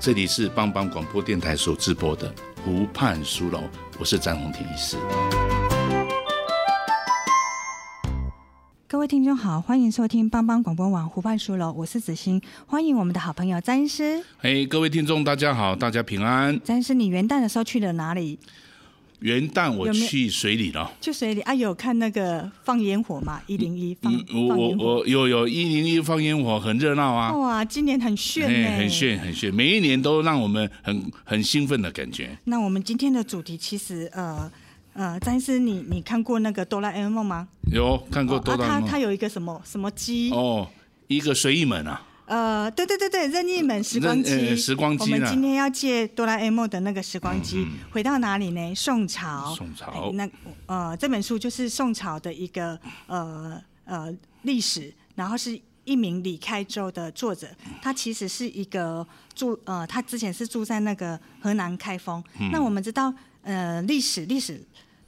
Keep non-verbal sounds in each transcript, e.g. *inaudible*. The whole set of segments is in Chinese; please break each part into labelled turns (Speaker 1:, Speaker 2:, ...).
Speaker 1: 这里是帮帮广播电台所直播的《湖畔书楼》，我是张宏庭医师。
Speaker 2: 各位听众好，欢迎收听帮帮广播网湖畔书楼，我是子欣，欢迎我们的好朋友詹医师。
Speaker 1: 嘿，各位听众，大家好，大家平安。
Speaker 2: 詹医师，你元旦的时候去了哪里？
Speaker 1: 元旦我
Speaker 2: 有没有
Speaker 1: 去水里了。
Speaker 2: 去水里啊？有看那个放烟火吗？一零一放
Speaker 1: 嗯，我
Speaker 2: 放
Speaker 1: 我
Speaker 2: 烟火。
Speaker 1: 我有有一零一放烟火，很热闹啊，
Speaker 2: 哇，今年很炫
Speaker 1: 嘿
Speaker 2: 呢、
Speaker 1: 哎很。炫很炫，每一年都让我们很很兴奋的感觉。
Speaker 2: 那我们今天的主题其实呃呃，詹医师，你你看过那个哆啦 A 梦吗？
Speaker 1: 有看过
Speaker 2: 哦
Speaker 1: 多
Speaker 2: 啊，
Speaker 1: 大
Speaker 2: 它
Speaker 1: 梦
Speaker 2: 它有一个什么什么机？
Speaker 1: 哦，一个随意门啊，
Speaker 2: 呃，对对对对，任意门时光
Speaker 1: 任
Speaker 2: 机，
Speaker 1: 呃时光机
Speaker 2: 我
Speaker 1: 啦
Speaker 2: 们今天要借哆啦 A 梦的那个时光机，回到哪里呢？宋朝。
Speaker 1: 宋朝
Speaker 2: 哎那呃，这本书就是宋朝的一个呃呃历史，然后是。一名李开周的作者，他其实是一个住呃，他之前是住在那个河南开封。
Speaker 1: 嗯
Speaker 2: 那我们知道，呃，历史历史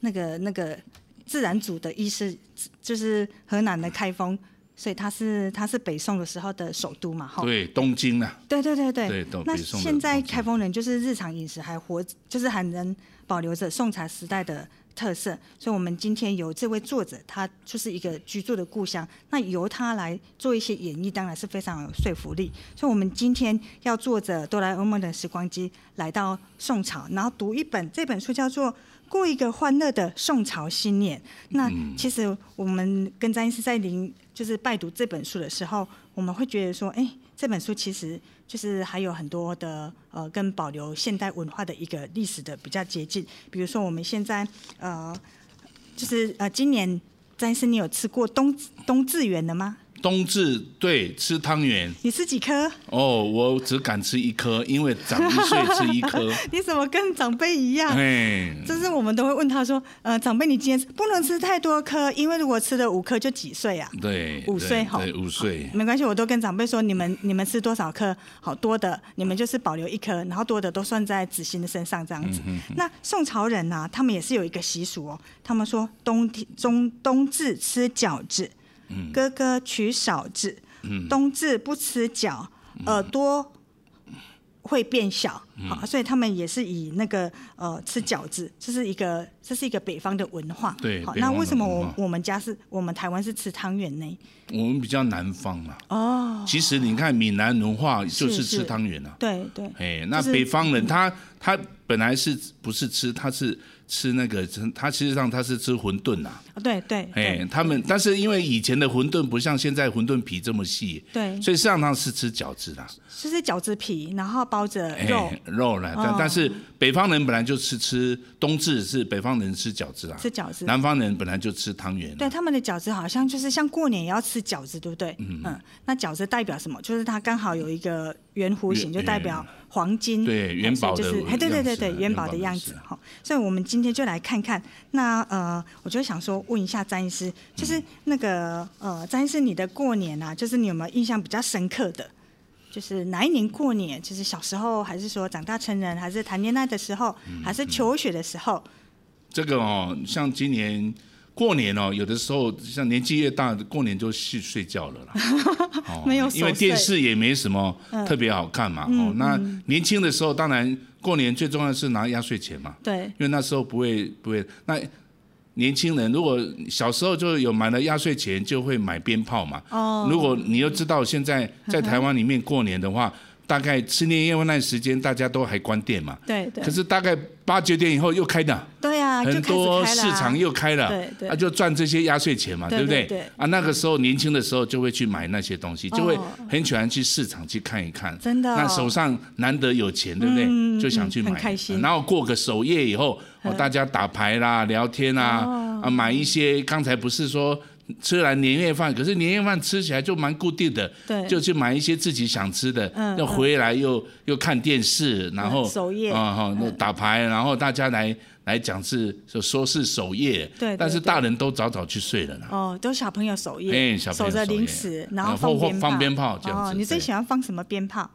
Speaker 2: 那个那个自然组的医师就是河南的开封，所以他是他是北宋的时候的首都嘛，哈。
Speaker 1: 对，东京啊，
Speaker 2: 对对对对
Speaker 1: 对都
Speaker 2: 那
Speaker 1: 北宋的
Speaker 2: 现在
Speaker 1: 东西
Speaker 2: 开封人就是日常饮食还活，就是还能保留着宋朝时代的特色，所以我们今天由这位作者，他就是一个居住的故乡，那由他来做一些演绎，当然是非常有说服力。所以我们今天要坐着哆啦 A 梦的时光机来到宋朝，然后读一本这本书叫做。过一个欢乐的宋朝新年。那其实我们跟张医师在临就是拜读这本书的时候，我们会觉得说，哎，这本书其实就是还有很多的呃，跟保留现代文化的一个历史的比较接近。比如说我们现在呃，就是呃，今年张医师你有吃过冬冬至圆的吗？
Speaker 1: 冬至对吃汤圆
Speaker 2: 你吃几颗？
Speaker 1: 哦，我只敢吃一颗，因为长一岁吃一
Speaker 2: *laughs*
Speaker 1: 颗。
Speaker 2: 你怎么跟长辈一
Speaker 1: *laughs*
Speaker 2: 样？
Speaker 1: 哎，
Speaker 2: 就是我们都会问他说，呃，长辈你今天吃不能吃太多颗，因为如果吃了五颗就几岁啊？
Speaker 1: 对，
Speaker 2: 五
Speaker 1: 对
Speaker 2: 岁哈
Speaker 1: 对，五岁。
Speaker 2: 没关系，我都跟长辈说，你们你们吃多少颗，好多的，你们就是保留一颗，然后多的都算在子欣的身上这样子。
Speaker 1: 嗯
Speaker 2: 那宋朝人啊，他们也是有一个习俗哦，他们说冬天
Speaker 1: 嗯
Speaker 2: 中冬至吃饺子，哥哥取嫂子，
Speaker 1: 嗯
Speaker 2: 冬至不吃饺，耳朵会变小，
Speaker 1: 嗯
Speaker 2: 好，所以他们也是以那个呃吃饺子，这是一个这是一个北方的文化。
Speaker 1: 对
Speaker 2: 好，
Speaker 1: 北
Speaker 2: 那
Speaker 1: 方
Speaker 2: 为
Speaker 1: 的
Speaker 2: 什么
Speaker 1: 文
Speaker 2: 我
Speaker 1: 化
Speaker 2: 我们家是我们台湾是吃汤圆呢？
Speaker 1: 我们比较南方嘛。
Speaker 2: 哦，
Speaker 1: 其实你看闽南文化就是
Speaker 2: 是
Speaker 1: 吃
Speaker 2: 是
Speaker 1: 汤圆啊。
Speaker 2: 对对，
Speaker 1: 哎，那
Speaker 2: 就是嗯
Speaker 1: 北方人他他本来是不是吃，他是吃那个，他实际上他是吃馄饨呐、啊。
Speaker 2: 哦对对
Speaker 1: 哎
Speaker 2: 对，
Speaker 1: 他们但是因为以前的馄饨不像现在馄饨皮这么细，
Speaker 2: 对
Speaker 1: 所以上上是吃饺子啦，
Speaker 2: 就是饺子皮，然后包着肉
Speaker 1: 哎肉啦。但、
Speaker 2: 哦
Speaker 1: 但是北方人本来就吃吃冬至是北方人吃饺子啦，
Speaker 2: 吃饺子。
Speaker 1: 南方人本来就吃汤圆啦。
Speaker 2: 对，他们的饺子好像就是像过年也要吃饺子，对不对？嗯那饺子代表什么？就是它刚好有一个圆弧形，
Speaker 1: 圆
Speaker 2: 就代表黄金，
Speaker 1: 对元宝的
Speaker 2: 所以就是哎，对对对对，
Speaker 1: 样子啊
Speaker 2: 元宝
Speaker 1: 元宝
Speaker 2: 的
Speaker 1: 的
Speaker 2: 样
Speaker 1: 样
Speaker 2: 子
Speaker 1: 子啊
Speaker 2: 哈。所以我们今天就来看看，那呃，我就想说问一下詹医师，
Speaker 1: 嗯
Speaker 2: 就是那个呃，詹医师，你的过年啊，就是你有没有印象比较深刻的？就是哪一年过年？就是小时候，还是说长大成人，还是谈恋爱的时候，
Speaker 1: 嗯
Speaker 2: 还是求学的时候？
Speaker 1: 这个哦，像今年过年哦，有的时候像年纪越大，过年就去睡觉
Speaker 2: *laughs*
Speaker 1: 了啦。哦
Speaker 2: 没有
Speaker 1: 因为
Speaker 2: 守岁嗯
Speaker 1: 电视也没什么特别好看嘛。哦，那年轻的时候，当然过年最重要的是拿压岁钱嘛，
Speaker 2: 对
Speaker 1: 因为那时候不会不会那。年轻人如果小时候就有买了压岁钱，就会买鞭炮嘛。
Speaker 2: 哦
Speaker 1: 如果你又知道现在在台湾里面过年的话，大概吃年夜饭那时间大家都还关店嘛。
Speaker 2: 对对
Speaker 1: 可是大概八九点以后又开的。
Speaker 2: 对啊，就
Speaker 1: 很
Speaker 2: 开始
Speaker 1: 多
Speaker 2: 开了
Speaker 1: 市
Speaker 2: 啊
Speaker 1: 场又开了，
Speaker 2: 对对
Speaker 1: 啊，就赚这些压岁钱嘛，
Speaker 2: 对
Speaker 1: 不对？
Speaker 2: 对对
Speaker 1: 啊，那个时候年轻的时候就会去买那些东西，就会
Speaker 2: 哦
Speaker 1: 很喜欢去市场去看一看，
Speaker 2: 真的哦
Speaker 1: 那手上难得有钱，对不对？
Speaker 2: 嗯
Speaker 1: 就想去买，
Speaker 2: 嗯很开心嗯
Speaker 1: 然后过个首
Speaker 2: 哦
Speaker 1: 啊夜以后，哦，大家打牌啦、聊天啦，啊，买一些刚才不是说吃来年夜饭，可是年夜饭吃起来就蛮固定的，
Speaker 2: 对
Speaker 1: 就去买一些自己想吃的，
Speaker 2: 嗯
Speaker 1: 要回来又又看电视，然后
Speaker 2: 守夜
Speaker 1: 啊哈，那打牌，然后大家来来讲是说说是守夜，
Speaker 2: 对对
Speaker 1: 但是
Speaker 2: 对
Speaker 1: 大人都早早去睡了啦。
Speaker 2: 哦，都小朋友守夜，
Speaker 1: 哎小朋
Speaker 2: 守
Speaker 1: 友
Speaker 2: 着
Speaker 1: 守夜
Speaker 2: 零食，然后
Speaker 1: 然后
Speaker 2: 放
Speaker 1: 放
Speaker 2: 鞭
Speaker 1: 放鞭炮这样
Speaker 2: 哦，
Speaker 1: 子
Speaker 2: 你最
Speaker 1: 对
Speaker 2: 喜欢放什么鞭炮？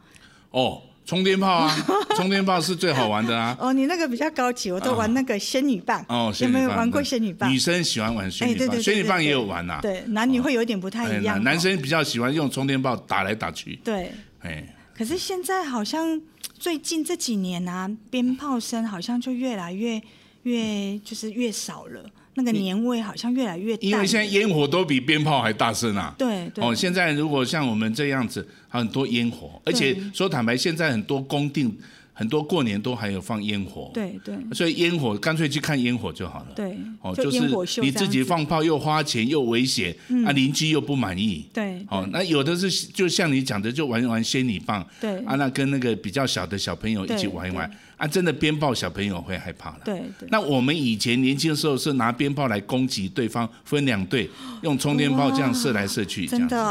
Speaker 1: 哦，冲天炮啊， *laughs* 冲天炮是最好玩的啊。
Speaker 2: 哦，你那个比较高级，我都玩那个仙女棒。 *laughs*
Speaker 1: 哦，
Speaker 2: 有
Speaker 1: 仙女
Speaker 2: 没
Speaker 1: 棒
Speaker 2: 有玩过仙女棒
Speaker 1: 女？生喜欢玩仙
Speaker 2: 哎
Speaker 1: 女
Speaker 2: 对
Speaker 1: 棒，
Speaker 2: 对
Speaker 1: 仙
Speaker 2: 对
Speaker 1: 女
Speaker 2: 对
Speaker 1: 棒也
Speaker 2: 对
Speaker 1: 有玩呐。
Speaker 2: 对，男女会有一点不太
Speaker 1: 哎
Speaker 2: 一样。
Speaker 1: 男男
Speaker 2: 哦
Speaker 1: 生比较喜欢用冲天炮打来打去。
Speaker 2: 对，
Speaker 1: 哎，
Speaker 2: 可是现在好像最近这几年啊，鞭炮声好像就越来越越就是越少了，那个年味好像越来越淡。
Speaker 1: 因为现在烟火都比鞭炮还大声啊。
Speaker 2: 对对
Speaker 1: 哦，现在如果像我们这样子，还有很多烟火，而且
Speaker 2: 对
Speaker 1: 说坦白，现在很多公定，很多过年都还有放烟火。，
Speaker 2: 对对
Speaker 1: 所以烟火干脆去看烟火就好了。，
Speaker 2: 对，
Speaker 1: 哦，
Speaker 2: 就
Speaker 1: 就
Speaker 2: 烟火
Speaker 1: 是
Speaker 2: 秀
Speaker 1: 你
Speaker 2: 这
Speaker 1: 自
Speaker 2: 样
Speaker 1: 己
Speaker 2: 子嗯
Speaker 1: 放炮又花钱又危险，啊，邻居又不满意。
Speaker 2: 对
Speaker 1: 哦，那有的是就像你讲的，就玩玩仙女棒，
Speaker 2: 对
Speaker 1: 啊，那跟那个比较小的小朋友一起玩一玩，啊，真的鞭炮小朋友会害怕了。
Speaker 2: 对对
Speaker 1: 那我们以前年轻的时候是拿鞭炮来攻击对方，分两队，用冲天炮这样射来射去，这
Speaker 2: 哦真
Speaker 1: 样子
Speaker 2: 的、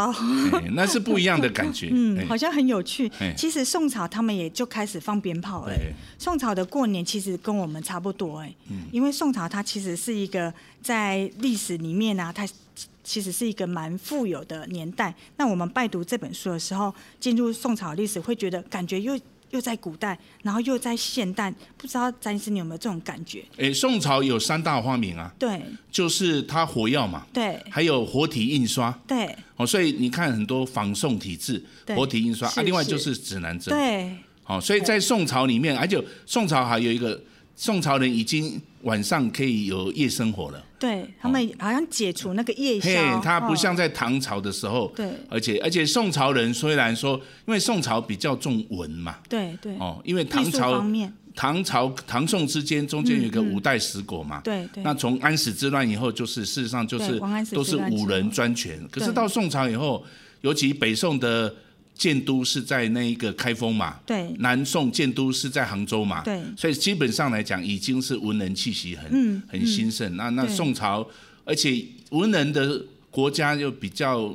Speaker 2: 哦。 *laughs*
Speaker 1: 哎那是不一样的感觉。
Speaker 2: 嗯，
Speaker 1: 哎
Speaker 2: 好像很有趣
Speaker 1: 哎。
Speaker 2: 其实宋朝他们也就开始放鞭炮了
Speaker 1: 哎。
Speaker 2: 宋朝的过年其实跟我们差不多哎，
Speaker 1: 嗯
Speaker 2: 因为宋朝它其实是一个在历史里面啊，它其实是一个蛮富有的年代。那我们拜读这本书的时候，进入宋朝历史，会觉得感觉又又在古代，然后又在现代，不知道詹医师你有没有这种感觉？
Speaker 1: 哎，宋朝有三大发明啊，
Speaker 2: 对
Speaker 1: 就是它火药嘛，
Speaker 2: 对
Speaker 1: 还有活体印刷。
Speaker 2: 对
Speaker 1: 哦，所以你看很多仿宋体字、
Speaker 2: 对
Speaker 1: 活体印刷啊，
Speaker 2: 是
Speaker 1: 另外
Speaker 2: 是
Speaker 1: 就是指南针。
Speaker 2: 对，
Speaker 1: 好、所以在宋朝里面，而且宋朝还有一个宋朝人已经晚上可以有夜生活了。
Speaker 2: 对他们好像解除那个夜宵
Speaker 1: 嘿，，他不
Speaker 2: 哦
Speaker 1: 像在唐朝的时候，
Speaker 2: 对
Speaker 1: 而且而且宋朝人虽然说，因为宋朝比较重文嘛，
Speaker 2: 对对
Speaker 1: 哦，因为唐
Speaker 2: 艺术
Speaker 1: 朝
Speaker 2: 方面，嗯
Speaker 1: 唐朝唐宋之间中间有一个五代十国嘛，
Speaker 2: 对对
Speaker 1: 那从安史之乱以后，就是事实上就是
Speaker 2: 对王安石之
Speaker 1: 都是
Speaker 2: 乱之后
Speaker 1: 武人专权，可是
Speaker 2: 对
Speaker 1: 到宋朝以后，尤其北宋的。建都是在那一个开封嘛，
Speaker 2: 对
Speaker 1: 南宋建都是在杭州嘛，
Speaker 2: 对
Speaker 1: 所以基本上来讲已经是文人气息很、
Speaker 2: 嗯
Speaker 1: 很兴盛。那那
Speaker 2: 对
Speaker 1: 宋朝，而且文人的国家又比较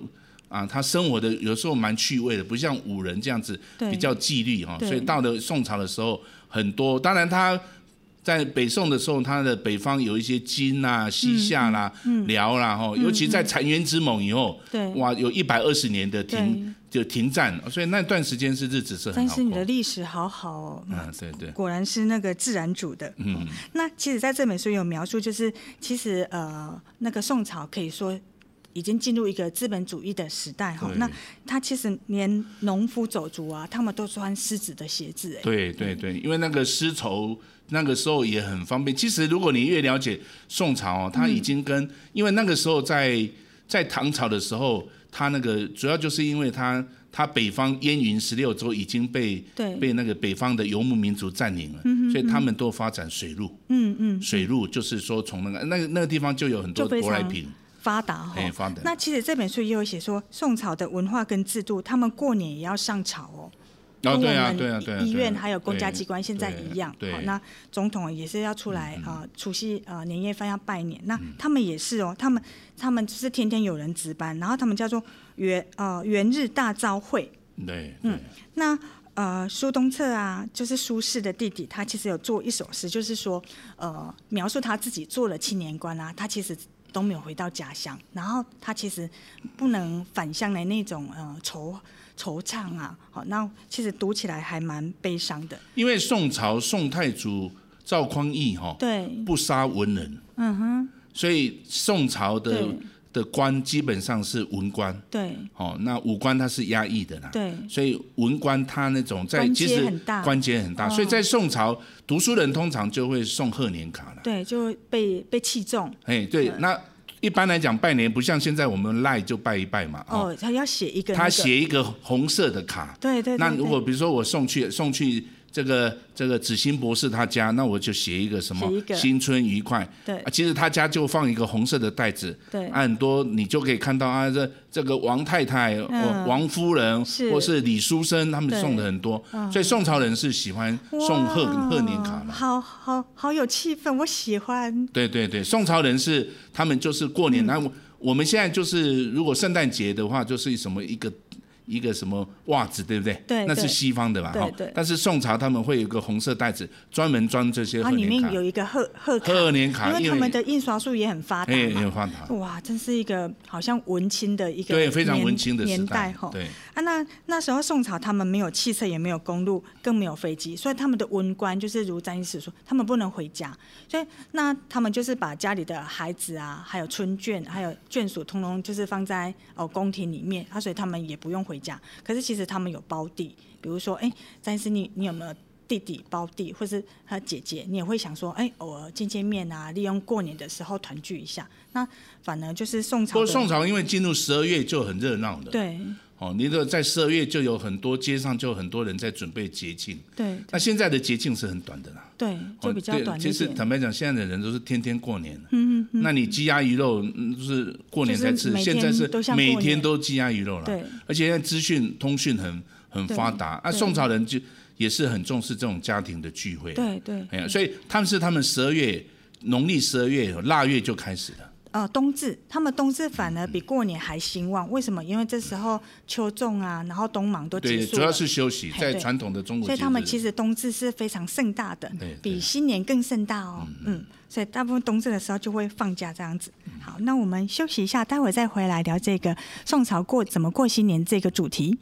Speaker 1: 啊，他生活的有时候蛮趣味的，不像武人这样子
Speaker 2: 对
Speaker 1: 比较纪律哈。
Speaker 2: 对
Speaker 1: 所以到了宋朝的时候，很多当然他。在北宋的时候，他的北方有一些金啊、西夏啦、
Speaker 2: 嗯
Speaker 1: 辽啦，哈，尤其在澶渊之盟以后，
Speaker 2: 对
Speaker 1: 哇，有一百二十年的停就停战，所以那段时间是日子是很
Speaker 2: 但
Speaker 1: 好
Speaker 2: 是你
Speaker 1: 过
Speaker 2: 的。历史好好哦，
Speaker 1: 嗯，对对，
Speaker 2: 果然是那个自然组的。嗯，那其实在这本书有描述，就是其实呃，那个宋朝可以说。已经进入一个资本主义的时代哈，
Speaker 1: 对
Speaker 2: 那他其实连农夫走卒啊，他们都穿狮子的鞋子哎，
Speaker 1: 对对对，因为那个丝绸那个时候也很方便。其实如果你越了解宋朝、哦，它
Speaker 2: 嗯
Speaker 1: 已经跟、因为那个时候在在唐朝的时候，它那个主要就是因为它它北方燕云十六州已经被
Speaker 2: 对
Speaker 1: 被那个北方的游牧民族占领了，所以他们都发展水路。
Speaker 2: 嗯嗯，
Speaker 1: 水路就是说从那个那个那个地方就有很多
Speaker 2: 就非
Speaker 1: 舶来
Speaker 2: 常
Speaker 1: 品。
Speaker 2: 发达哈、
Speaker 1: 哎发达
Speaker 2: 那其实这本书也有写说，宋朝的文化跟制度，他们过年也要上朝哦。
Speaker 1: 哦，
Speaker 2: 跟
Speaker 1: 对啊，
Speaker 2: 我们
Speaker 1: 对啊，对啊，
Speaker 2: 医
Speaker 1: 对啊
Speaker 2: 院还有公家
Speaker 1: 对
Speaker 2: 机关现在
Speaker 1: 对
Speaker 2: 一样。
Speaker 1: 对嗯
Speaker 2: 好，那总统也是要出来啊、呃除夕啊、呃年夜饭要拜年，那他们也是哦，他们他们就是天天有人值班，然后他们叫做元呃元日大朝会。
Speaker 1: 对
Speaker 2: 嗯
Speaker 1: 对，
Speaker 2: 那呃，苏东策啊，就是苏轼的弟弟，他其实有做一首诗，就是说，呃，描述他自己做了七年官啊，他其实都没有回到家乡，然后他其实不能返乡的那种呃惆惆怅啊，好，那其实读起来还蛮悲伤的，
Speaker 1: 因为宋朝宋太祖赵匡胤哈、
Speaker 2: 对，
Speaker 1: 不杀文人，
Speaker 2: 嗯哼，
Speaker 1: 所以宋朝的
Speaker 2: 对
Speaker 1: 的官基本上是文官，
Speaker 2: 对
Speaker 1: 哦，那武官他是压抑的啦，
Speaker 2: 对
Speaker 1: 所以文官他那种在
Speaker 2: 官阶
Speaker 1: 其实
Speaker 2: 很大
Speaker 1: 关节很大，
Speaker 2: 哦
Speaker 1: 所以在宋朝读书人通常就会送贺年卡了，
Speaker 2: 对，就被被器重
Speaker 1: 哎，对，那一般来讲拜年不像现在我们赖就拜一拜嘛，哦，
Speaker 2: 哦，他要写一个、那个，
Speaker 1: 他，写一个红色的卡，
Speaker 2: 对对对，
Speaker 1: 那如
Speaker 2: 对
Speaker 1: 果比如说我送去送去这个这个子欣博士他家，那我就写一个什么
Speaker 2: 写一个
Speaker 1: 新春愉快。
Speaker 2: 对
Speaker 1: 啊，其实他家就放一个红色的袋子，
Speaker 2: 对
Speaker 1: 啊、很多你就可以看到啊，这这个王太太、
Speaker 2: 嗯
Speaker 1: 王王夫人
Speaker 2: 是
Speaker 1: 或是李书生他们
Speaker 2: 对嗯
Speaker 1: 送的很多，所以宋朝人是喜欢送贺
Speaker 2: 哇
Speaker 1: 贺年卡了。
Speaker 2: 好好好有气氛，我喜欢，嗯
Speaker 1: 对对对，宋朝人是他们就是过年，那、我们现在就是如果圣诞节的话，就是什么一个一个什么袜子，对不对？
Speaker 2: 对
Speaker 1: 那是
Speaker 2: 对
Speaker 1: 西方的吧？
Speaker 2: 对
Speaker 1: 哈
Speaker 2: 对
Speaker 1: 但是宋朝他们会有一个红色袋子，专门装这些贺
Speaker 2: 它啊里
Speaker 1: 年
Speaker 2: 面
Speaker 1: 卡。
Speaker 2: 有一个贺贺卡，
Speaker 1: 贺年卡，
Speaker 2: 因为
Speaker 1: 因
Speaker 2: 他
Speaker 1: 为
Speaker 2: 们的印刷术也很发达
Speaker 1: 哎也
Speaker 2: 嘛
Speaker 1: 有。放卡，
Speaker 2: 哇，真是一个好像文青的一个
Speaker 1: 对，非常
Speaker 2: 年
Speaker 1: 文青的时
Speaker 2: 年
Speaker 1: 代
Speaker 2: 代哈。
Speaker 1: 对，
Speaker 2: 啊，那那时候宋朝他们没有汽车，也没有公路，更没有飞机，所以他们的文官就是如詹医师说，他们不能回家，所以那他们就是把家里的孩子啊，还有村眷，还有眷属，通通就是放在哦宫廷里面，啊，所以他们也不用回家。可是其实他们有胞弟，比如说，哎、詹医师你你有没有？弟弟、胞弟，或是他姐姐，你也会想说，哎、偶尔见见面啊，利用过年的时候团聚一下。那反而就是宋
Speaker 1: 不
Speaker 2: 朝
Speaker 1: 过
Speaker 2: 的，
Speaker 1: 宋朝因为进入十二月就很热闹了，
Speaker 2: 对
Speaker 1: 哦，你这在十二月就有很多街上就有很多人在准备节庆，
Speaker 2: 对
Speaker 1: 那现在的节庆是很短的啦，
Speaker 2: 对，就
Speaker 1: 哦
Speaker 2: 比较
Speaker 1: 对
Speaker 2: 短一
Speaker 1: 其实
Speaker 2: 点。
Speaker 1: 坦白讲，现在的人都是天天过年，
Speaker 2: 嗯嗯嗯，
Speaker 1: 那你鸡鸭鱼肉嗯就是过年才
Speaker 2: 就是
Speaker 1: 吃，
Speaker 2: 每
Speaker 1: 现
Speaker 2: 天
Speaker 1: 在是
Speaker 2: 都像过
Speaker 1: 每
Speaker 2: 年
Speaker 1: 天都鸡鸭鱼肉了，
Speaker 2: 对
Speaker 1: 而且现在资讯通讯很很
Speaker 2: 对
Speaker 1: 发达，啊，
Speaker 2: 对
Speaker 1: 宋朝人就也是很重视这种家庭的聚会，
Speaker 2: 对对，
Speaker 1: 哎呀，所以他们是他们十二月农历十二月腊月就开始了。
Speaker 2: 呃，冬至，他们冬至反而比过年还兴旺，为什么？因为这时候秋种啊，然后冬忙都结
Speaker 1: 对，
Speaker 2: 束
Speaker 1: 主
Speaker 2: 了，
Speaker 1: 要是休息，
Speaker 2: 嘿
Speaker 1: 在
Speaker 2: 对
Speaker 1: 传统的中国节日，
Speaker 2: 所以他们其实冬至是非常盛大的
Speaker 1: 对对，
Speaker 2: 比新年更盛大哦。嗯，所以大部分冬至的时候就会放假这样子。
Speaker 1: 嗯
Speaker 2: 好，那我们休息一下，待会儿再回来聊这个宋朝过怎么过新年这个主题。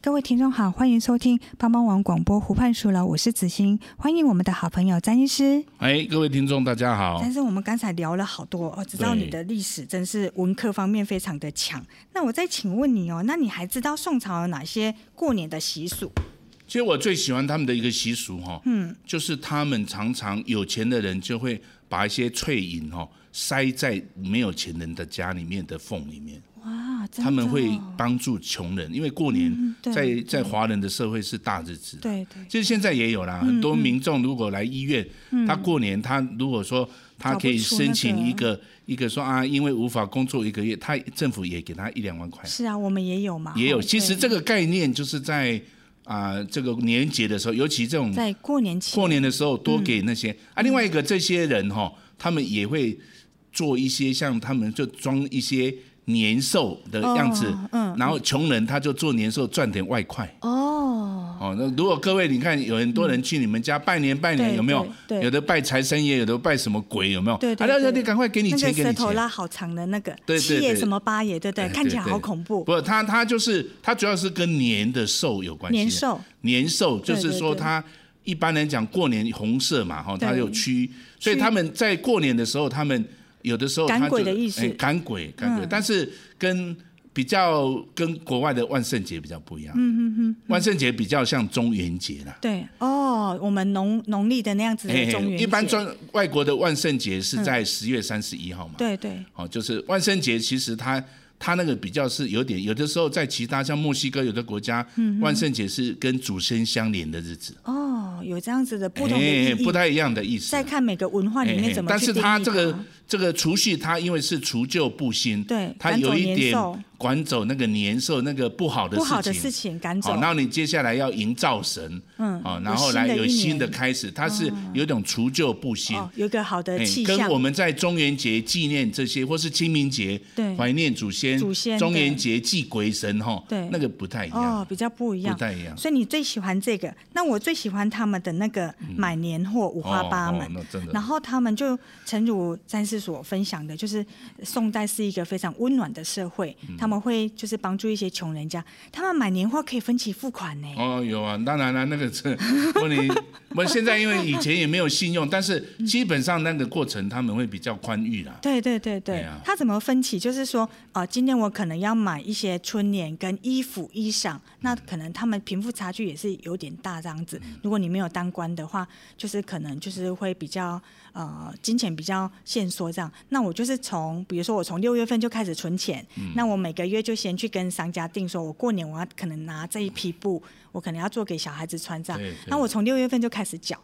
Speaker 2: 各位听众好，欢迎收听帮帮网广播湖畔书楼，我是子欣，欢迎我们的好朋友詹医师。
Speaker 1: 哎，各位听众大家好
Speaker 2: 但。是我们刚才聊了好多哦，知道
Speaker 1: 对
Speaker 2: 你的历史真是文科方面非常的强。那我再请问你哦，那你还知道宋朝有哪些过年的习俗？
Speaker 1: 其实我最喜欢他们的一个习俗哈、嗯，就是他们常常有钱的人就会把一些翠银哈、塞在没有钱人的家里面的缝里面，
Speaker 2: 哇，真的哦
Speaker 1: 他们会帮助穷人，因为过年
Speaker 2: 嗯对
Speaker 1: 在在华人的社会是大日子，
Speaker 2: 对对嗯
Speaker 1: 其实现在也有啦，很多民众如果来医院，他过年他如果说他可以申请一个一个说啊，因为无法工作一个月，他政府也给他一两万块，
Speaker 2: 是啊，我们也有嘛，
Speaker 1: 也有。
Speaker 2: 哦
Speaker 1: 其实
Speaker 2: 对
Speaker 1: 这个概念就是在啊、这个年节的时候，尤其这种
Speaker 2: 在嗯过年期
Speaker 1: 过年的时候多给那些、啊。另外一个，这些人哈、他们也会做一些像他们就装一些年兽的样子，
Speaker 2: 哦嗯
Speaker 1: 然后穷人他就做年兽赚点外快。
Speaker 2: 哦，
Speaker 1: 哦，那如果各位你看，有很多人去你们家拜年拜年，
Speaker 2: 对
Speaker 1: 有没有？
Speaker 2: 对对
Speaker 1: 有的拜财神爷，有的拜什么鬼，有没有？
Speaker 2: 对对
Speaker 1: 啊，那那
Speaker 2: 对
Speaker 1: 你赶快给你
Speaker 2: 那
Speaker 1: 钱，
Speaker 2: 个
Speaker 1: 给
Speaker 2: 舌
Speaker 1: 你
Speaker 2: 头
Speaker 1: 钱。
Speaker 2: 拉好长的那个
Speaker 1: 对对
Speaker 2: 七
Speaker 1: 对
Speaker 2: 爷什么八爷，对不对？
Speaker 1: 对
Speaker 2: 看起来
Speaker 1: 对
Speaker 2: 好恐怖。
Speaker 1: 不，他他就是他主要是跟年的寿有关系。啊
Speaker 2: 年兽
Speaker 1: 年兽就
Speaker 2: 对
Speaker 1: 是
Speaker 2: 对
Speaker 1: 说
Speaker 2: 对
Speaker 1: 他一般人讲过年红色嘛，哈，它
Speaker 2: 对
Speaker 1: 有驱，所以他们在过年的时候，他们有的时候
Speaker 2: 赶
Speaker 1: 他就
Speaker 2: 鬼的意思
Speaker 1: 哎赶鬼赶鬼，
Speaker 2: 嗯
Speaker 1: 但是跟比较跟国外的万圣节比较不一样。嗯嗯嗯，万圣节比较像中元节啦。
Speaker 2: 对哦，我们农农历的那样子
Speaker 1: 嘿
Speaker 2: 的
Speaker 1: 嘿
Speaker 2: 中元节，
Speaker 1: 哎
Speaker 2: 嗯
Speaker 1: 一般中外国的万圣节是在十月三十一号嘛？
Speaker 2: 对对
Speaker 1: 哦，就是万圣节，其实它它那个比较是有点，有的时候在其他像墨西哥有的国家，
Speaker 2: 嗯
Speaker 1: 万圣节是跟祖先相连的日子，
Speaker 2: 哦，有这样子的不同的意
Speaker 1: 哎，
Speaker 2: 义
Speaker 1: 不，太一样的意思
Speaker 2: 再。看每个文化里
Speaker 1: 哎
Speaker 2: 面怎么
Speaker 1: 但
Speaker 2: 去
Speaker 1: 是
Speaker 2: 定义
Speaker 1: 它
Speaker 2: 它
Speaker 1: 这个这个除夕，它因为是除旧布新，
Speaker 2: 对
Speaker 1: 它
Speaker 2: 赶走
Speaker 1: 有一
Speaker 2: 年
Speaker 1: 点
Speaker 2: 兽
Speaker 1: 管走那个年兽那个不好的
Speaker 2: 不好
Speaker 1: 事
Speaker 2: 的事
Speaker 1: 情。
Speaker 2: 情赶走
Speaker 1: 好，，然后你接下来要营造神，
Speaker 2: 嗯
Speaker 1: 哦，
Speaker 2: 有
Speaker 1: 然后来
Speaker 2: 新的
Speaker 1: 有
Speaker 2: 一
Speaker 1: 新的
Speaker 2: 年
Speaker 1: 开始，它是有一种除旧布新，
Speaker 2: 哦，有一个好的
Speaker 1: 哎
Speaker 2: 气
Speaker 1: 跟
Speaker 2: 象
Speaker 1: 我。们在中元节纪念这些，或是清明节
Speaker 2: 对
Speaker 1: 怀念祖先，
Speaker 2: 祖先
Speaker 1: 中元节祭鬼神哈，
Speaker 2: 对
Speaker 1: 那个不太一
Speaker 2: 哦
Speaker 1: 样，，
Speaker 2: 比较不一
Speaker 1: 不
Speaker 2: 样，
Speaker 1: 太一样。
Speaker 2: 所以你最喜欢这个？那我最喜欢他们的那个买年货，五花八
Speaker 1: 嗯哦哦
Speaker 2: 门。
Speaker 1: 那真的
Speaker 2: 然后他们就，诚如詹师所分享的，就是宋代是一个非常温暖的社会，
Speaker 1: 嗯
Speaker 2: 他们会就是帮助一些穷人家，他们买年货可以分期付款呢。
Speaker 1: 哦，有啊，当然了、那个是问你， *laughs* 我现在因为以前也没有信用，但是基本上那个过程他们会比较宽裕啦。
Speaker 2: 对对对对，
Speaker 1: 对啊
Speaker 2: 他怎么分期？就是说，呃，今天我可能要买一些春联跟衣服、衣裳，
Speaker 1: 嗯
Speaker 2: 那可能他们贫富差距也是有点大这样子。如果你没有当官的话，就是可能就是会比较呃金钱比较限缩这样。那我就是从，比如说我从六月份就开始存钱，
Speaker 1: 嗯
Speaker 2: 那我每个月就先去跟商家定说，我过年我要可能拿这一批布，我可能要做给小孩子穿这样
Speaker 1: 对对。
Speaker 2: 那我从六月份就开始缴。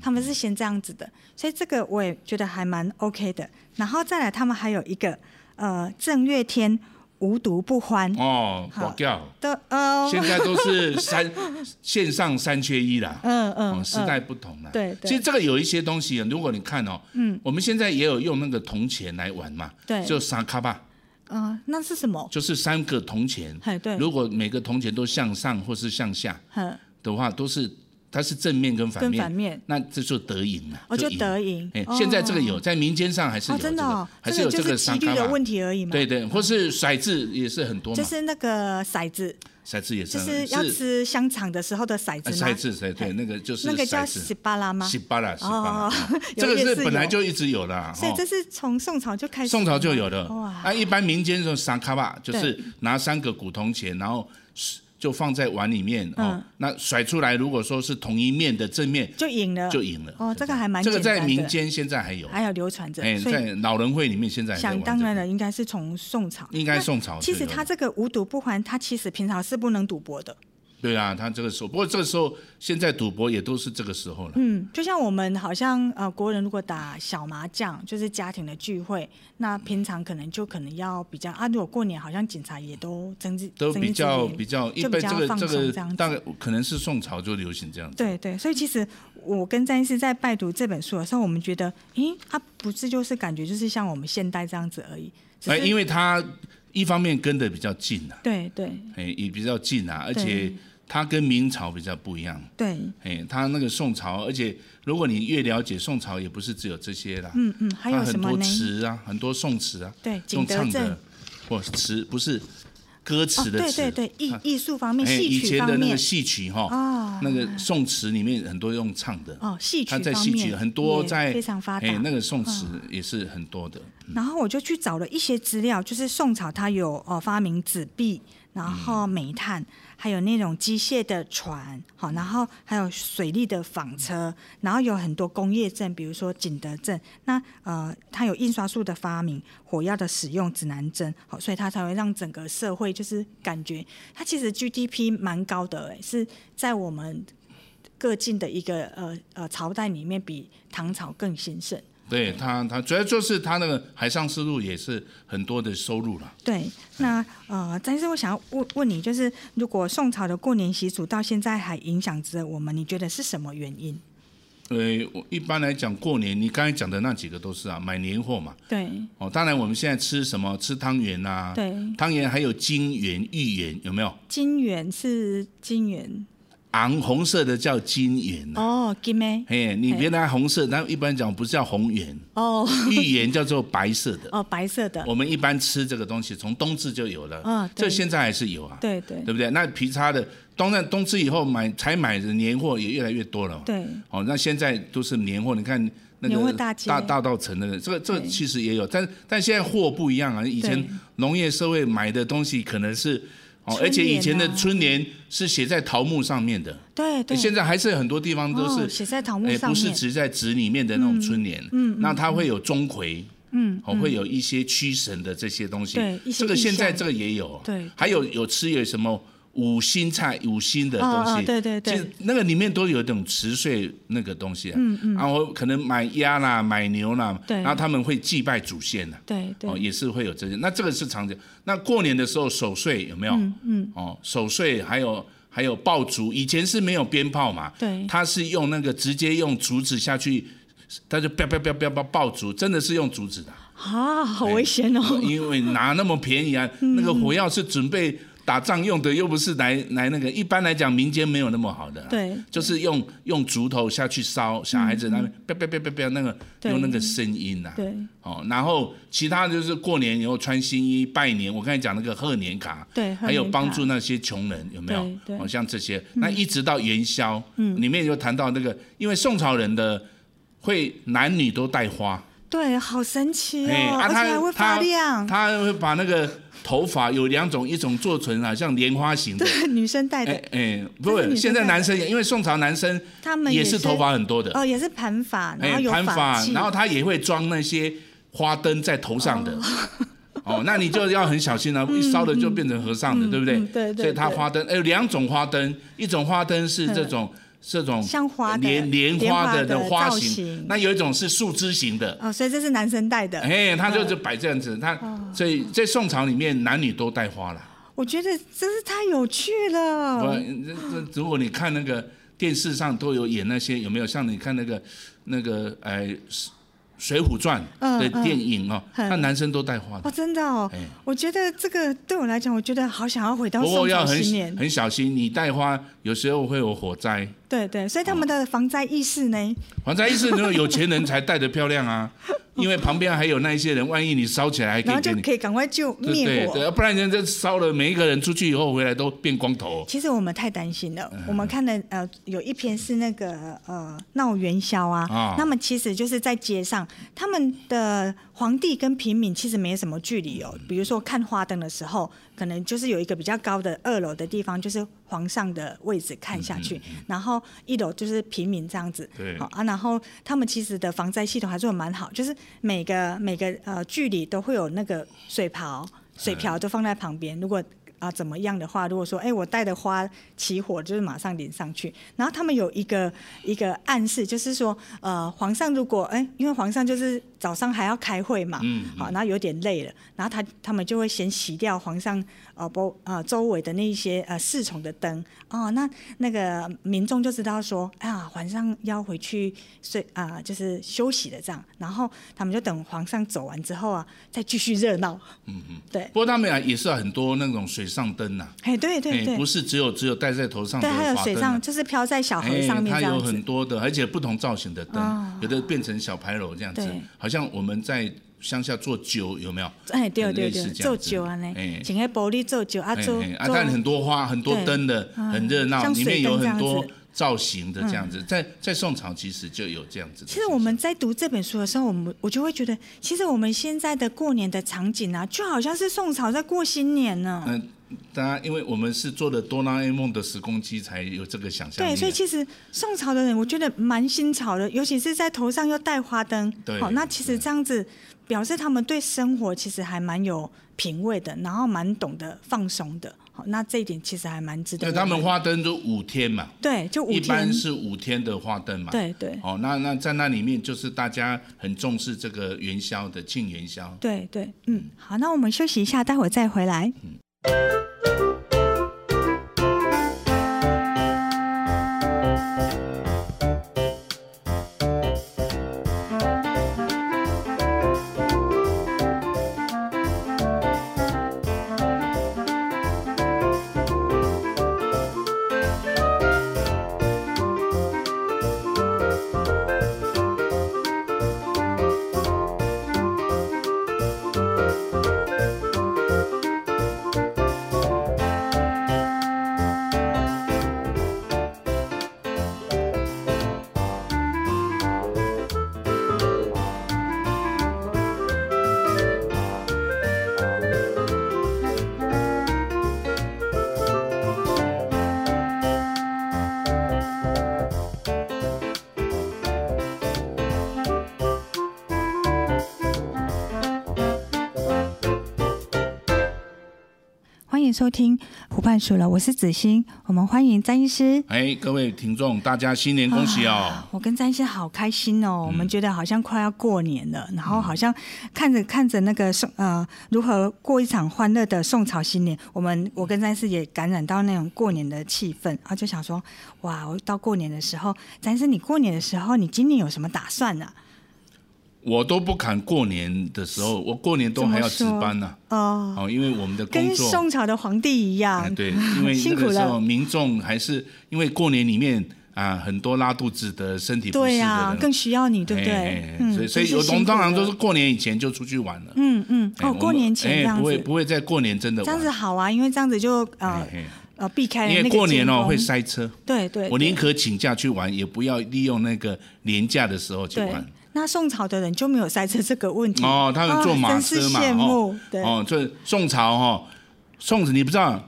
Speaker 2: 他们是先这样子的，所以这个我也觉得还蛮 OK 的。然后再来，他们还有一个呃正月天无毒不欢
Speaker 1: 哦，
Speaker 2: 好
Speaker 1: 保掉，
Speaker 2: 的呃，
Speaker 1: 现在都是三线上三缺一啦。
Speaker 2: 嗯
Speaker 1: 哦，
Speaker 2: 嗯
Speaker 1: 时代不同了、
Speaker 2: 对对
Speaker 1: 其实这个有一些东西，如果你看哦，嗯，我们现在也有用那个铜钱来玩嘛，
Speaker 2: 对
Speaker 1: 就沙卡吧，
Speaker 2: 嗯、呃，那是什么？
Speaker 1: 就是三个铜钱，
Speaker 2: 嘿，对，
Speaker 1: 如果每个铜钱都向上或是向下
Speaker 2: 嗯，
Speaker 1: 的话，都是它是正面跟反
Speaker 2: 跟
Speaker 1: 面，
Speaker 2: 反面，
Speaker 1: 那这就得赢了，
Speaker 2: 哦，就
Speaker 1: 赢
Speaker 2: 得赢
Speaker 1: 哎。，
Speaker 2: 哦
Speaker 1: 现在这个有在民间上还是有
Speaker 2: 哦，
Speaker 1: 这
Speaker 2: 真的
Speaker 1: 个
Speaker 2: 哦，，
Speaker 1: 还是有
Speaker 2: 就
Speaker 1: 这
Speaker 2: 是
Speaker 1: 个
Speaker 2: 几
Speaker 1: 三
Speaker 2: 率
Speaker 1: 卡
Speaker 2: 的
Speaker 1: 吧
Speaker 2: 问题而已嘛。嗯
Speaker 1: 对，对，或是骰子也是很多
Speaker 2: 就
Speaker 1: 嘛，
Speaker 2: 是那个骰子，
Speaker 1: 骰子也是
Speaker 2: 就
Speaker 1: 很
Speaker 2: 是
Speaker 1: 多，
Speaker 2: 要吃香肠的时候的骰
Speaker 1: 呃
Speaker 2: 子吗
Speaker 1: 骰？子，对对，那个就是
Speaker 2: 哎那个叫
Speaker 1: 骰
Speaker 2: 喜
Speaker 1: 子，
Speaker 2: 巴拉吗？
Speaker 1: 十八啦，十八
Speaker 2: 哦 *laughs*
Speaker 1: 啦，嗯这
Speaker 2: 有
Speaker 1: 个
Speaker 2: 也
Speaker 1: 是
Speaker 2: 是
Speaker 1: 本来
Speaker 2: 有
Speaker 1: 就一直有啦，
Speaker 2: 所以
Speaker 1: 哦
Speaker 2: 这是从宋朝就开始，
Speaker 1: 宋朝就有了。
Speaker 2: 哇
Speaker 1: 那一般民间就三卡吧，就
Speaker 2: 对
Speaker 1: 是拿三个古铜钱，然后就放在碗里面哦。
Speaker 2: 嗯
Speaker 1: 那甩出来，如果说是同一面的正面，
Speaker 2: 就赢了，
Speaker 1: 就赢了。
Speaker 2: 哦，这个还蛮
Speaker 1: 这个
Speaker 2: 简
Speaker 1: 在
Speaker 2: 单的
Speaker 1: 民间现在还有，
Speaker 2: 还有流传着，
Speaker 1: 哎，
Speaker 2: 所以
Speaker 1: 在老人会里面现在还在玩这
Speaker 2: 想
Speaker 1: 个
Speaker 2: 当然了，应该是从宋朝。
Speaker 1: 应该宋朝
Speaker 2: 其实
Speaker 1: 就有
Speaker 2: 他这个无赌不还，他其实平常是不能赌博的。
Speaker 1: 对啊，他这个时候，不过这个时候现在赌博也都是这个时候了。
Speaker 2: 嗯，就像我们好像呃国人如果打小麻将，就是家庭的聚会，那平常可能就可能要比较啊，如果过年好像警察也都睁只
Speaker 1: 都
Speaker 2: 睁
Speaker 1: 比
Speaker 2: 一只
Speaker 1: 较
Speaker 2: 眼
Speaker 1: 比较一
Speaker 2: 就
Speaker 1: 般，
Speaker 2: 比较
Speaker 1: 这个
Speaker 2: 放
Speaker 1: 这
Speaker 2: 松
Speaker 1: 个
Speaker 2: 这样子
Speaker 1: 大概可能是宋朝就流行这样子。
Speaker 2: 对对，所以其实我跟詹医师在拜读这本书的时候，我们觉得，咦，他不是就是感觉就是像我们现代这样子而已，只
Speaker 1: 哎，
Speaker 2: 是
Speaker 1: 因为他一方面跟的比较近啊，
Speaker 2: 对对
Speaker 1: 哎，也比较近啊，而
Speaker 2: 对
Speaker 1: 且它跟明朝比较不一样。
Speaker 2: 对，
Speaker 1: 哎，它那个宋朝，而且如果你越了解宋朝，也不是只有这些啦，
Speaker 2: 嗯嗯，还
Speaker 1: 它
Speaker 2: 有
Speaker 1: 很
Speaker 2: 什么
Speaker 1: 多
Speaker 2: 呢？
Speaker 1: 词啊，很多宋词啊，
Speaker 2: 对，景
Speaker 1: 用
Speaker 2: 德
Speaker 1: 唱
Speaker 2: 镇
Speaker 1: 的，，或词不是歌
Speaker 2: 哦，
Speaker 1: 词的
Speaker 2: 对
Speaker 1: 词，啊
Speaker 2: 对对，艺艺术方面、
Speaker 1: 哎，
Speaker 2: 戏
Speaker 1: 以
Speaker 2: 曲
Speaker 1: 前
Speaker 2: 方
Speaker 1: 的那
Speaker 2: 面
Speaker 1: 个戏曲哈，
Speaker 2: 啊，
Speaker 1: 那个宋词里面很多用唱的，
Speaker 2: 哦，戏曲
Speaker 1: 它
Speaker 2: 方
Speaker 1: 在
Speaker 2: 面
Speaker 1: 戏曲很多
Speaker 2: 也
Speaker 1: 在
Speaker 2: 非常发达嗯
Speaker 1: 哎，。那个宋词也是很多的，
Speaker 2: 然后我就去找了一些资料，就是宋朝它有呃发明纸币，然后煤炭，还有那种机械的船，好，然后还有水利的纺车，然后有很多工业镇，比如说景德镇，那呃它有印刷术的发明，火药的使用指南针，好，所以它才会让整个社会就是感觉它其实 GDP 蛮高的、欸，是在我们。各晋的一个呃呃朝代里面，比唐朝更兴盛。
Speaker 1: 对它它主要就是它那个海上丝路也是很多的收入啦。
Speaker 2: 对，那呃，但是我想要问问你，就是如果宋朝的过年习俗到现在还影响着我们，你觉得是什么原因？
Speaker 1: 呃，我一般来讲过年，你刚才讲的那几个都是啊，买年货嘛。
Speaker 2: 对
Speaker 1: 哦，当然我们现在吃什么？吃汤圆呐、啊，
Speaker 2: 对，
Speaker 1: 汤圆还有金圆、芋圆，有没有？
Speaker 2: 金元是金元
Speaker 1: 昂红色的叫金圆、啊。
Speaker 2: 哦，金梅
Speaker 1: 嘿，你
Speaker 2: 嘿
Speaker 1: 别拿红色，但一般讲不是叫红圆，
Speaker 2: 哦
Speaker 1: 芋圆叫做白色的。
Speaker 2: 哦，白色的，
Speaker 1: 我们一般吃这个东西，从冬至就有了，
Speaker 2: 嗯对
Speaker 1: 这现在还是有啊，
Speaker 2: 对对
Speaker 1: 对不对？那皮叉的，当然冬至以后买才买的年货也越来越多了嘛。
Speaker 2: 对
Speaker 1: 哦，那现在都是年货，你看那
Speaker 2: 年货
Speaker 1: 个
Speaker 2: 大街
Speaker 1: 大大稻城那个，这个这个
Speaker 2: 对
Speaker 1: 其实也有，但但现在货不一样啊。以前
Speaker 2: 对
Speaker 1: 农业社会买的东西可能是哦，
Speaker 2: 春联啊
Speaker 1: 而且以前的春联是写在桃木上面的，
Speaker 2: 对对，
Speaker 1: 现在还是很多地方都
Speaker 2: 哦
Speaker 1: 是
Speaker 2: 写在桃木
Speaker 1: 哎，
Speaker 2: 上
Speaker 1: 不是
Speaker 2: 面，
Speaker 1: 只在纸里面的那种春联，嗯，那它会有钟馗，嗯，哦，会有一些驱神的这些东西，
Speaker 2: 对一些
Speaker 1: 这个
Speaker 2: 意
Speaker 1: 现在
Speaker 2: 象
Speaker 1: 这个也有，
Speaker 2: 对
Speaker 1: 还有有吃有什么五星菜、五星的
Speaker 2: 哦
Speaker 1: 东
Speaker 2: 哦
Speaker 1: 西，
Speaker 2: 对对对
Speaker 1: 其实那个里面都有一种辞岁那个东西、啊，嗯嗯，然后可能买鸭啦、买牛啦，
Speaker 2: 对
Speaker 1: 然后他们会祭拜祖先的、
Speaker 2: 对对
Speaker 1: 哦，也是会有这些。那这个是常见。那过年的时候守岁有没有？嗯嗯。哦，守岁还有还有爆竹，以前是没有鞭炮嘛，
Speaker 2: 对
Speaker 1: 它是用那个直接用竹子下去，它就啪啪啪啪啪爆竹，真的是用竹
Speaker 2: *laughs*
Speaker 1: 子的，啊
Speaker 2: 啊，好危险哦，嗯
Speaker 1: 因为哪那么便宜啊？那个火药是准备打仗用的又不是来来那个，一般来讲民间没有那么好的、啊
Speaker 2: 对，
Speaker 1: 就是用用竹头下去烧小孩子那边，啪啪啪啪啪那个
Speaker 2: 嗯对
Speaker 1: 用那个声音呐、
Speaker 2: 对
Speaker 1: 哦，然后其他就是过年以后穿新衣拜年，我刚才讲那个贺年卡，
Speaker 2: 对贺
Speaker 1: 还有
Speaker 2: 年
Speaker 1: 帮
Speaker 2: 卡
Speaker 1: 助那些穷人有没有
Speaker 2: 对？对嗯
Speaker 1: 哦，像这些，那一直到元宵，嗯，里面有谈到那个，因为宋朝人的会男女都带花，
Speaker 2: 对，好神奇
Speaker 1: 哎、
Speaker 2: 哦，
Speaker 1: 啊，
Speaker 2: 而且
Speaker 1: 他
Speaker 2: 还会发亮。
Speaker 1: 他他会把那个头发有两种，一种做成好像莲花形的，
Speaker 2: 对，女生戴
Speaker 1: 哎
Speaker 2: 的，
Speaker 1: 哎、不
Speaker 2: 这是
Speaker 1: 是，
Speaker 2: 女生
Speaker 1: 现在
Speaker 2: 戴的
Speaker 1: 男生也因为宋朝男生
Speaker 2: 他们
Speaker 1: 也
Speaker 2: 是
Speaker 1: 是头发很多的，
Speaker 2: 哦，也是盘发，然后
Speaker 1: 哎，
Speaker 2: 有
Speaker 1: 盘
Speaker 2: 发
Speaker 1: 发，
Speaker 2: 髻，
Speaker 1: 然后他也会装那些花灯在头上的。 *laughs* 哦，那你就要很小心了、一烧了就变成和尚的，对不对？
Speaker 2: 嗯对对
Speaker 1: 所以它
Speaker 2: 对
Speaker 1: 花灯，哎，有两种花灯，一种花灯是这种这种
Speaker 2: 嗯像花的
Speaker 1: 莲莲
Speaker 2: 莲
Speaker 1: 花
Speaker 2: 花
Speaker 1: 的
Speaker 2: 的
Speaker 1: 花
Speaker 2: 造
Speaker 1: 形
Speaker 2: 型，嗯
Speaker 1: 那有一种是树枝形的。
Speaker 2: 哦，所以这是男生戴的。
Speaker 1: 哎，他就是摆这样子，他
Speaker 2: 哦
Speaker 1: 所以在宋朝里面男女都戴花了。
Speaker 2: 我觉得真是太有趣
Speaker 1: 不，
Speaker 2: 了。
Speaker 1: 这这如果你看那个电视上都有演那些，有没有像你看那个那个呃《水水浒传》
Speaker 2: 嗯
Speaker 1: 的电影哦，
Speaker 2: 嗯
Speaker 1: 那男生都带花的
Speaker 2: 哦，。真的哦
Speaker 1: 哎，
Speaker 2: 我觉得这个对我来讲，我觉得好想要回到
Speaker 1: 不
Speaker 2: 宋
Speaker 1: 过要
Speaker 2: 朝
Speaker 1: 很
Speaker 2: 新年。
Speaker 1: 很小心，你带花有时候会有火灾。
Speaker 2: 对对，所以他们的防灾意识呢，
Speaker 1: 防灾意识，只有有钱人才带的漂亮啊，因为旁边还有那一些人，万一你烧起来还可
Speaker 2: 然后
Speaker 1: 以
Speaker 2: 就
Speaker 1: 给你，
Speaker 2: 可以赶快就
Speaker 1: 对
Speaker 2: 灭
Speaker 1: 对
Speaker 2: 火。
Speaker 1: 对，不然人家烧了，每一个人出去以后回来都变光头。
Speaker 2: 其实我们太担心了。
Speaker 1: 嗯
Speaker 2: 我们看的呃有一篇是那个呃闹元宵啊，
Speaker 1: 啊
Speaker 2: 那么其实就是在街上，他们的皇帝跟平民其实没什么距离哦。比如说看花灯的时候，可能就是有一个比较高的二楼的地方，就是皇上的位置看下去，然后一楼就是平民这样子。
Speaker 1: 对
Speaker 2: 好啊，然后他们其实的防灾系统还做的蛮好，就是每个每个呃距离都会有那个水袍、水瓢都放在旁边，如果。啊，怎么样的话？如果说，哎，我带的花起火，就是马上淋上去。然后他们有一个一个暗示，就是说，呃，皇上如果，哎，因为皇上就是早上还要开会嘛，
Speaker 1: 嗯嗯
Speaker 2: 好，然后有点累了，然后他他们就会先洗掉皇上呃不呃周围的那一些呃侍从的灯哦，那那个民众就知道说，哎呀，皇上要回去睡啊、就是休息的这样，然后他们就等皇上走完之后啊，再继续热闹，嗯嗯，对，
Speaker 1: 不过他们啊也是很多那种水上灯呐、啊。
Speaker 2: 哎，对对
Speaker 1: 哎，
Speaker 2: 对
Speaker 1: 不，是只有只有戴在头上的
Speaker 2: 对，还有
Speaker 1: 华
Speaker 2: 水
Speaker 1: 灯啊
Speaker 2: 上就是飘在小河
Speaker 1: 哎，
Speaker 2: 上面
Speaker 1: 它
Speaker 2: 这样
Speaker 1: 有
Speaker 2: 子，
Speaker 1: 很多的，而且不同造型的灯，
Speaker 2: 啊
Speaker 1: 有的变成小牌楼这样子
Speaker 2: 对，
Speaker 1: 好像我们在乡下做酒有没有？
Speaker 2: 哎，对
Speaker 1: 很
Speaker 2: 对
Speaker 1: 类似
Speaker 2: 对，
Speaker 1: 这样
Speaker 2: 做
Speaker 1: 子
Speaker 2: 酒啊呢
Speaker 1: 哎，
Speaker 2: 请个玻璃做酒啊
Speaker 1: 哎
Speaker 2: 做
Speaker 1: 哎啊，
Speaker 2: 做
Speaker 1: 但很多花、很多
Speaker 2: 对啊
Speaker 1: 灯的，很热闹，
Speaker 2: 像
Speaker 1: 里
Speaker 2: 水
Speaker 1: 面有
Speaker 2: 灯
Speaker 1: 很
Speaker 2: 这样
Speaker 1: 多
Speaker 2: 子嗯
Speaker 1: 造型的这样子，在在宋朝其实就有这样子的
Speaker 2: 其
Speaker 1: 现象。
Speaker 2: 实我们在读这本书的时候，我们我就会觉得，其实我们现在的过年的场景啊，就好像是宋朝在过新年呢、
Speaker 1: 嗯，当然，因为我们是做了哆啦 A 梦的时空机，才有这个想象力啊
Speaker 2: 对，
Speaker 1: 的。
Speaker 2: 所以其实宋朝的人，我觉得蛮新潮的，尤其是在头上又戴花灯。
Speaker 1: 对
Speaker 2: 好，那其实这样子表示他们对生活其实还蛮有品味的，然后蛮懂得放松的。好，那这一点其实还蛮值得
Speaker 1: 对
Speaker 2: 我。
Speaker 1: 他们花灯都五天嘛，
Speaker 2: 对，就五
Speaker 1: 一
Speaker 2: 天。
Speaker 1: 般是五天的花灯嘛。
Speaker 2: 对对
Speaker 1: 哦，那那在那里面就是大家很重视这个元宵的庆元宵。
Speaker 2: 对对，嗯，好，那我们休息一下，待会儿再回来。欢迎收听《湖畔书楼》，我是子欣，我们欢迎詹医师。
Speaker 1: 哎，各位听众，大家新年恭喜哦！
Speaker 2: 啊我跟詹先好开心
Speaker 1: 嗯
Speaker 2: 哦，我们觉得好像快要过年了，然后好像看
Speaker 1: 嗯
Speaker 2: 着看着那个宋呃如何过一场欢乐的宋朝新年，我
Speaker 1: 嗯
Speaker 2: 们我跟詹师也感染到那种过年的气氛，然后就想说，啊哇，我到过年的时候，詹师你过年的时候，你今年有什么打算呢、
Speaker 1: 我都不敢过年的时候，我过年都还要值班呢、
Speaker 2: 哦，
Speaker 1: 哦，因为我们的工
Speaker 2: 跟
Speaker 1: 作
Speaker 2: 宋朝的皇帝一
Speaker 1: 哎
Speaker 2: 样，
Speaker 1: 对，因为
Speaker 2: 辛
Speaker 1: 那
Speaker 2: 苦
Speaker 1: 个时
Speaker 2: 了
Speaker 1: 候，民众还是因为过年里面啊，很多拉肚子的、身体不适
Speaker 2: 对
Speaker 1: 的
Speaker 2: 呀、
Speaker 1: 人，
Speaker 2: 更需要你，对
Speaker 1: 哎哎
Speaker 2: 不对
Speaker 1: 哎？
Speaker 2: 嗯，
Speaker 1: 所以所以
Speaker 2: 真
Speaker 1: 我
Speaker 2: 是
Speaker 1: 们
Speaker 2: 辛苦
Speaker 1: 通常
Speaker 2: 了
Speaker 1: 都是过年以前就出去玩了。
Speaker 2: 嗯嗯，
Speaker 1: 哎
Speaker 2: 哦，
Speaker 1: 我们
Speaker 2: 过年前
Speaker 1: 哎
Speaker 2: 这样
Speaker 1: 不会
Speaker 2: 子，
Speaker 1: 不会在过年真的
Speaker 2: 这
Speaker 1: 玩
Speaker 2: 样子好啊，因为这样子就呃
Speaker 1: 哎哎
Speaker 2: 呃避开了
Speaker 1: 因
Speaker 2: 那
Speaker 1: 为
Speaker 2: 个
Speaker 1: 过年
Speaker 2: 尖
Speaker 1: 哦
Speaker 2: 峰
Speaker 1: 会塞车，
Speaker 2: 对对，
Speaker 1: 我
Speaker 2: 对
Speaker 1: 宁可请假去玩，也不要利用那个年假的时候去
Speaker 2: 对
Speaker 1: 玩。。
Speaker 2: 那宋朝的人就没有塞车这个问题
Speaker 1: 哦，他们坐
Speaker 2: 啊
Speaker 1: 马
Speaker 2: 真是
Speaker 1: 车嘛，
Speaker 2: 羡
Speaker 1: 哦
Speaker 2: 慕，对，
Speaker 1: 哦，这宋朝哈，宋子你不知道，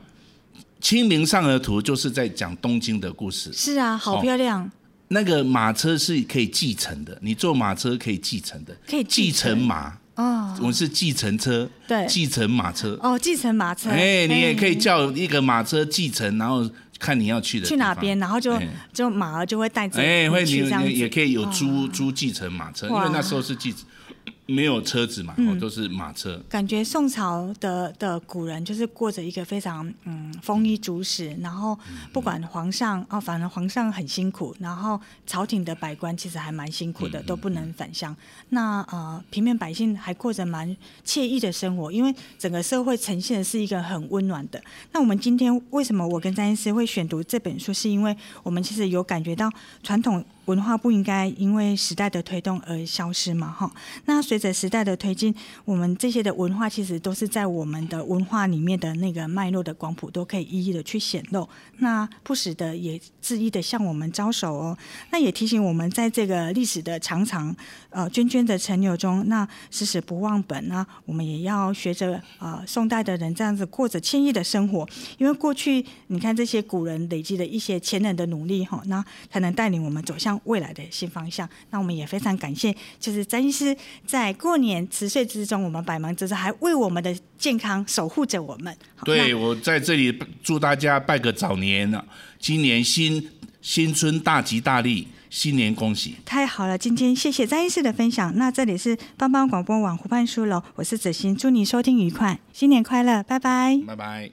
Speaker 1: 《清明上河图》就是在讲东京的故事。
Speaker 2: 是啊，好
Speaker 1: 哦
Speaker 2: 漂亮，
Speaker 1: 那个马车是可以继承的，你坐马车可以继承的，
Speaker 2: 可以继
Speaker 1: 继
Speaker 2: 承
Speaker 1: 承马，
Speaker 2: 哦
Speaker 1: 我们是继承车，
Speaker 2: 对
Speaker 1: 继承马车。
Speaker 2: 哦，继承马车，
Speaker 1: 哎，你也可以叫一个马车继承，然后看你要去的
Speaker 2: 去
Speaker 1: 地
Speaker 2: 哪
Speaker 1: 方
Speaker 2: 边，然后就
Speaker 1: 哎
Speaker 2: 就马儿就会带着
Speaker 1: 哎，会
Speaker 2: 去
Speaker 1: 你
Speaker 2: 这样子，
Speaker 1: 你也可以有租租继承马车，因
Speaker 2: 哇嗯
Speaker 1: 为那时候是继承没有车子嘛，哦都是马车。
Speaker 2: 感觉宋朝的的古人就是过着一个非常嗯丰衣足食，然后不管皇上哦，反正皇上很辛苦，然后朝廷的百官其实还蛮辛苦的，嗯都不能返乡。那呃，平民百姓还过着蛮惬意的生活，因为整个社会呈现的是一个很温暖的。那我们今天为什么我跟詹医师会选读这本书，是因为我们其实有感觉到传统文化不应该因为时代的推动而消失嘛，哈。那随着时代的推进，我们这些的文化其实都是在我们的文化里面的那个脉络的光谱都可以一一的去显露。那不时的也恣意的向我们招手哦。那也提醒我们，在这个历史的长长呃涓涓的陈流中，那时时不忘本那我们也要学着呃宋代的人这样子过着惬意的生活，因为过去你看这些古人累积的一些前人的努力哈，那才能带领我们走向未来的新方向。那我们也非常感谢，就是詹医师在过年辞岁之中，我们百忙之中还为我们的健康守护着我们。好
Speaker 1: 对，，我在这里祝大家拜个早年了，今年新新春大吉大利，新年恭喜。
Speaker 2: 太好了，今天谢谢詹医师的分享。那这里是帮帮广播网湖畔书楼，我是子欣，祝你收听愉快，新年快乐，拜拜。
Speaker 1: 拜拜。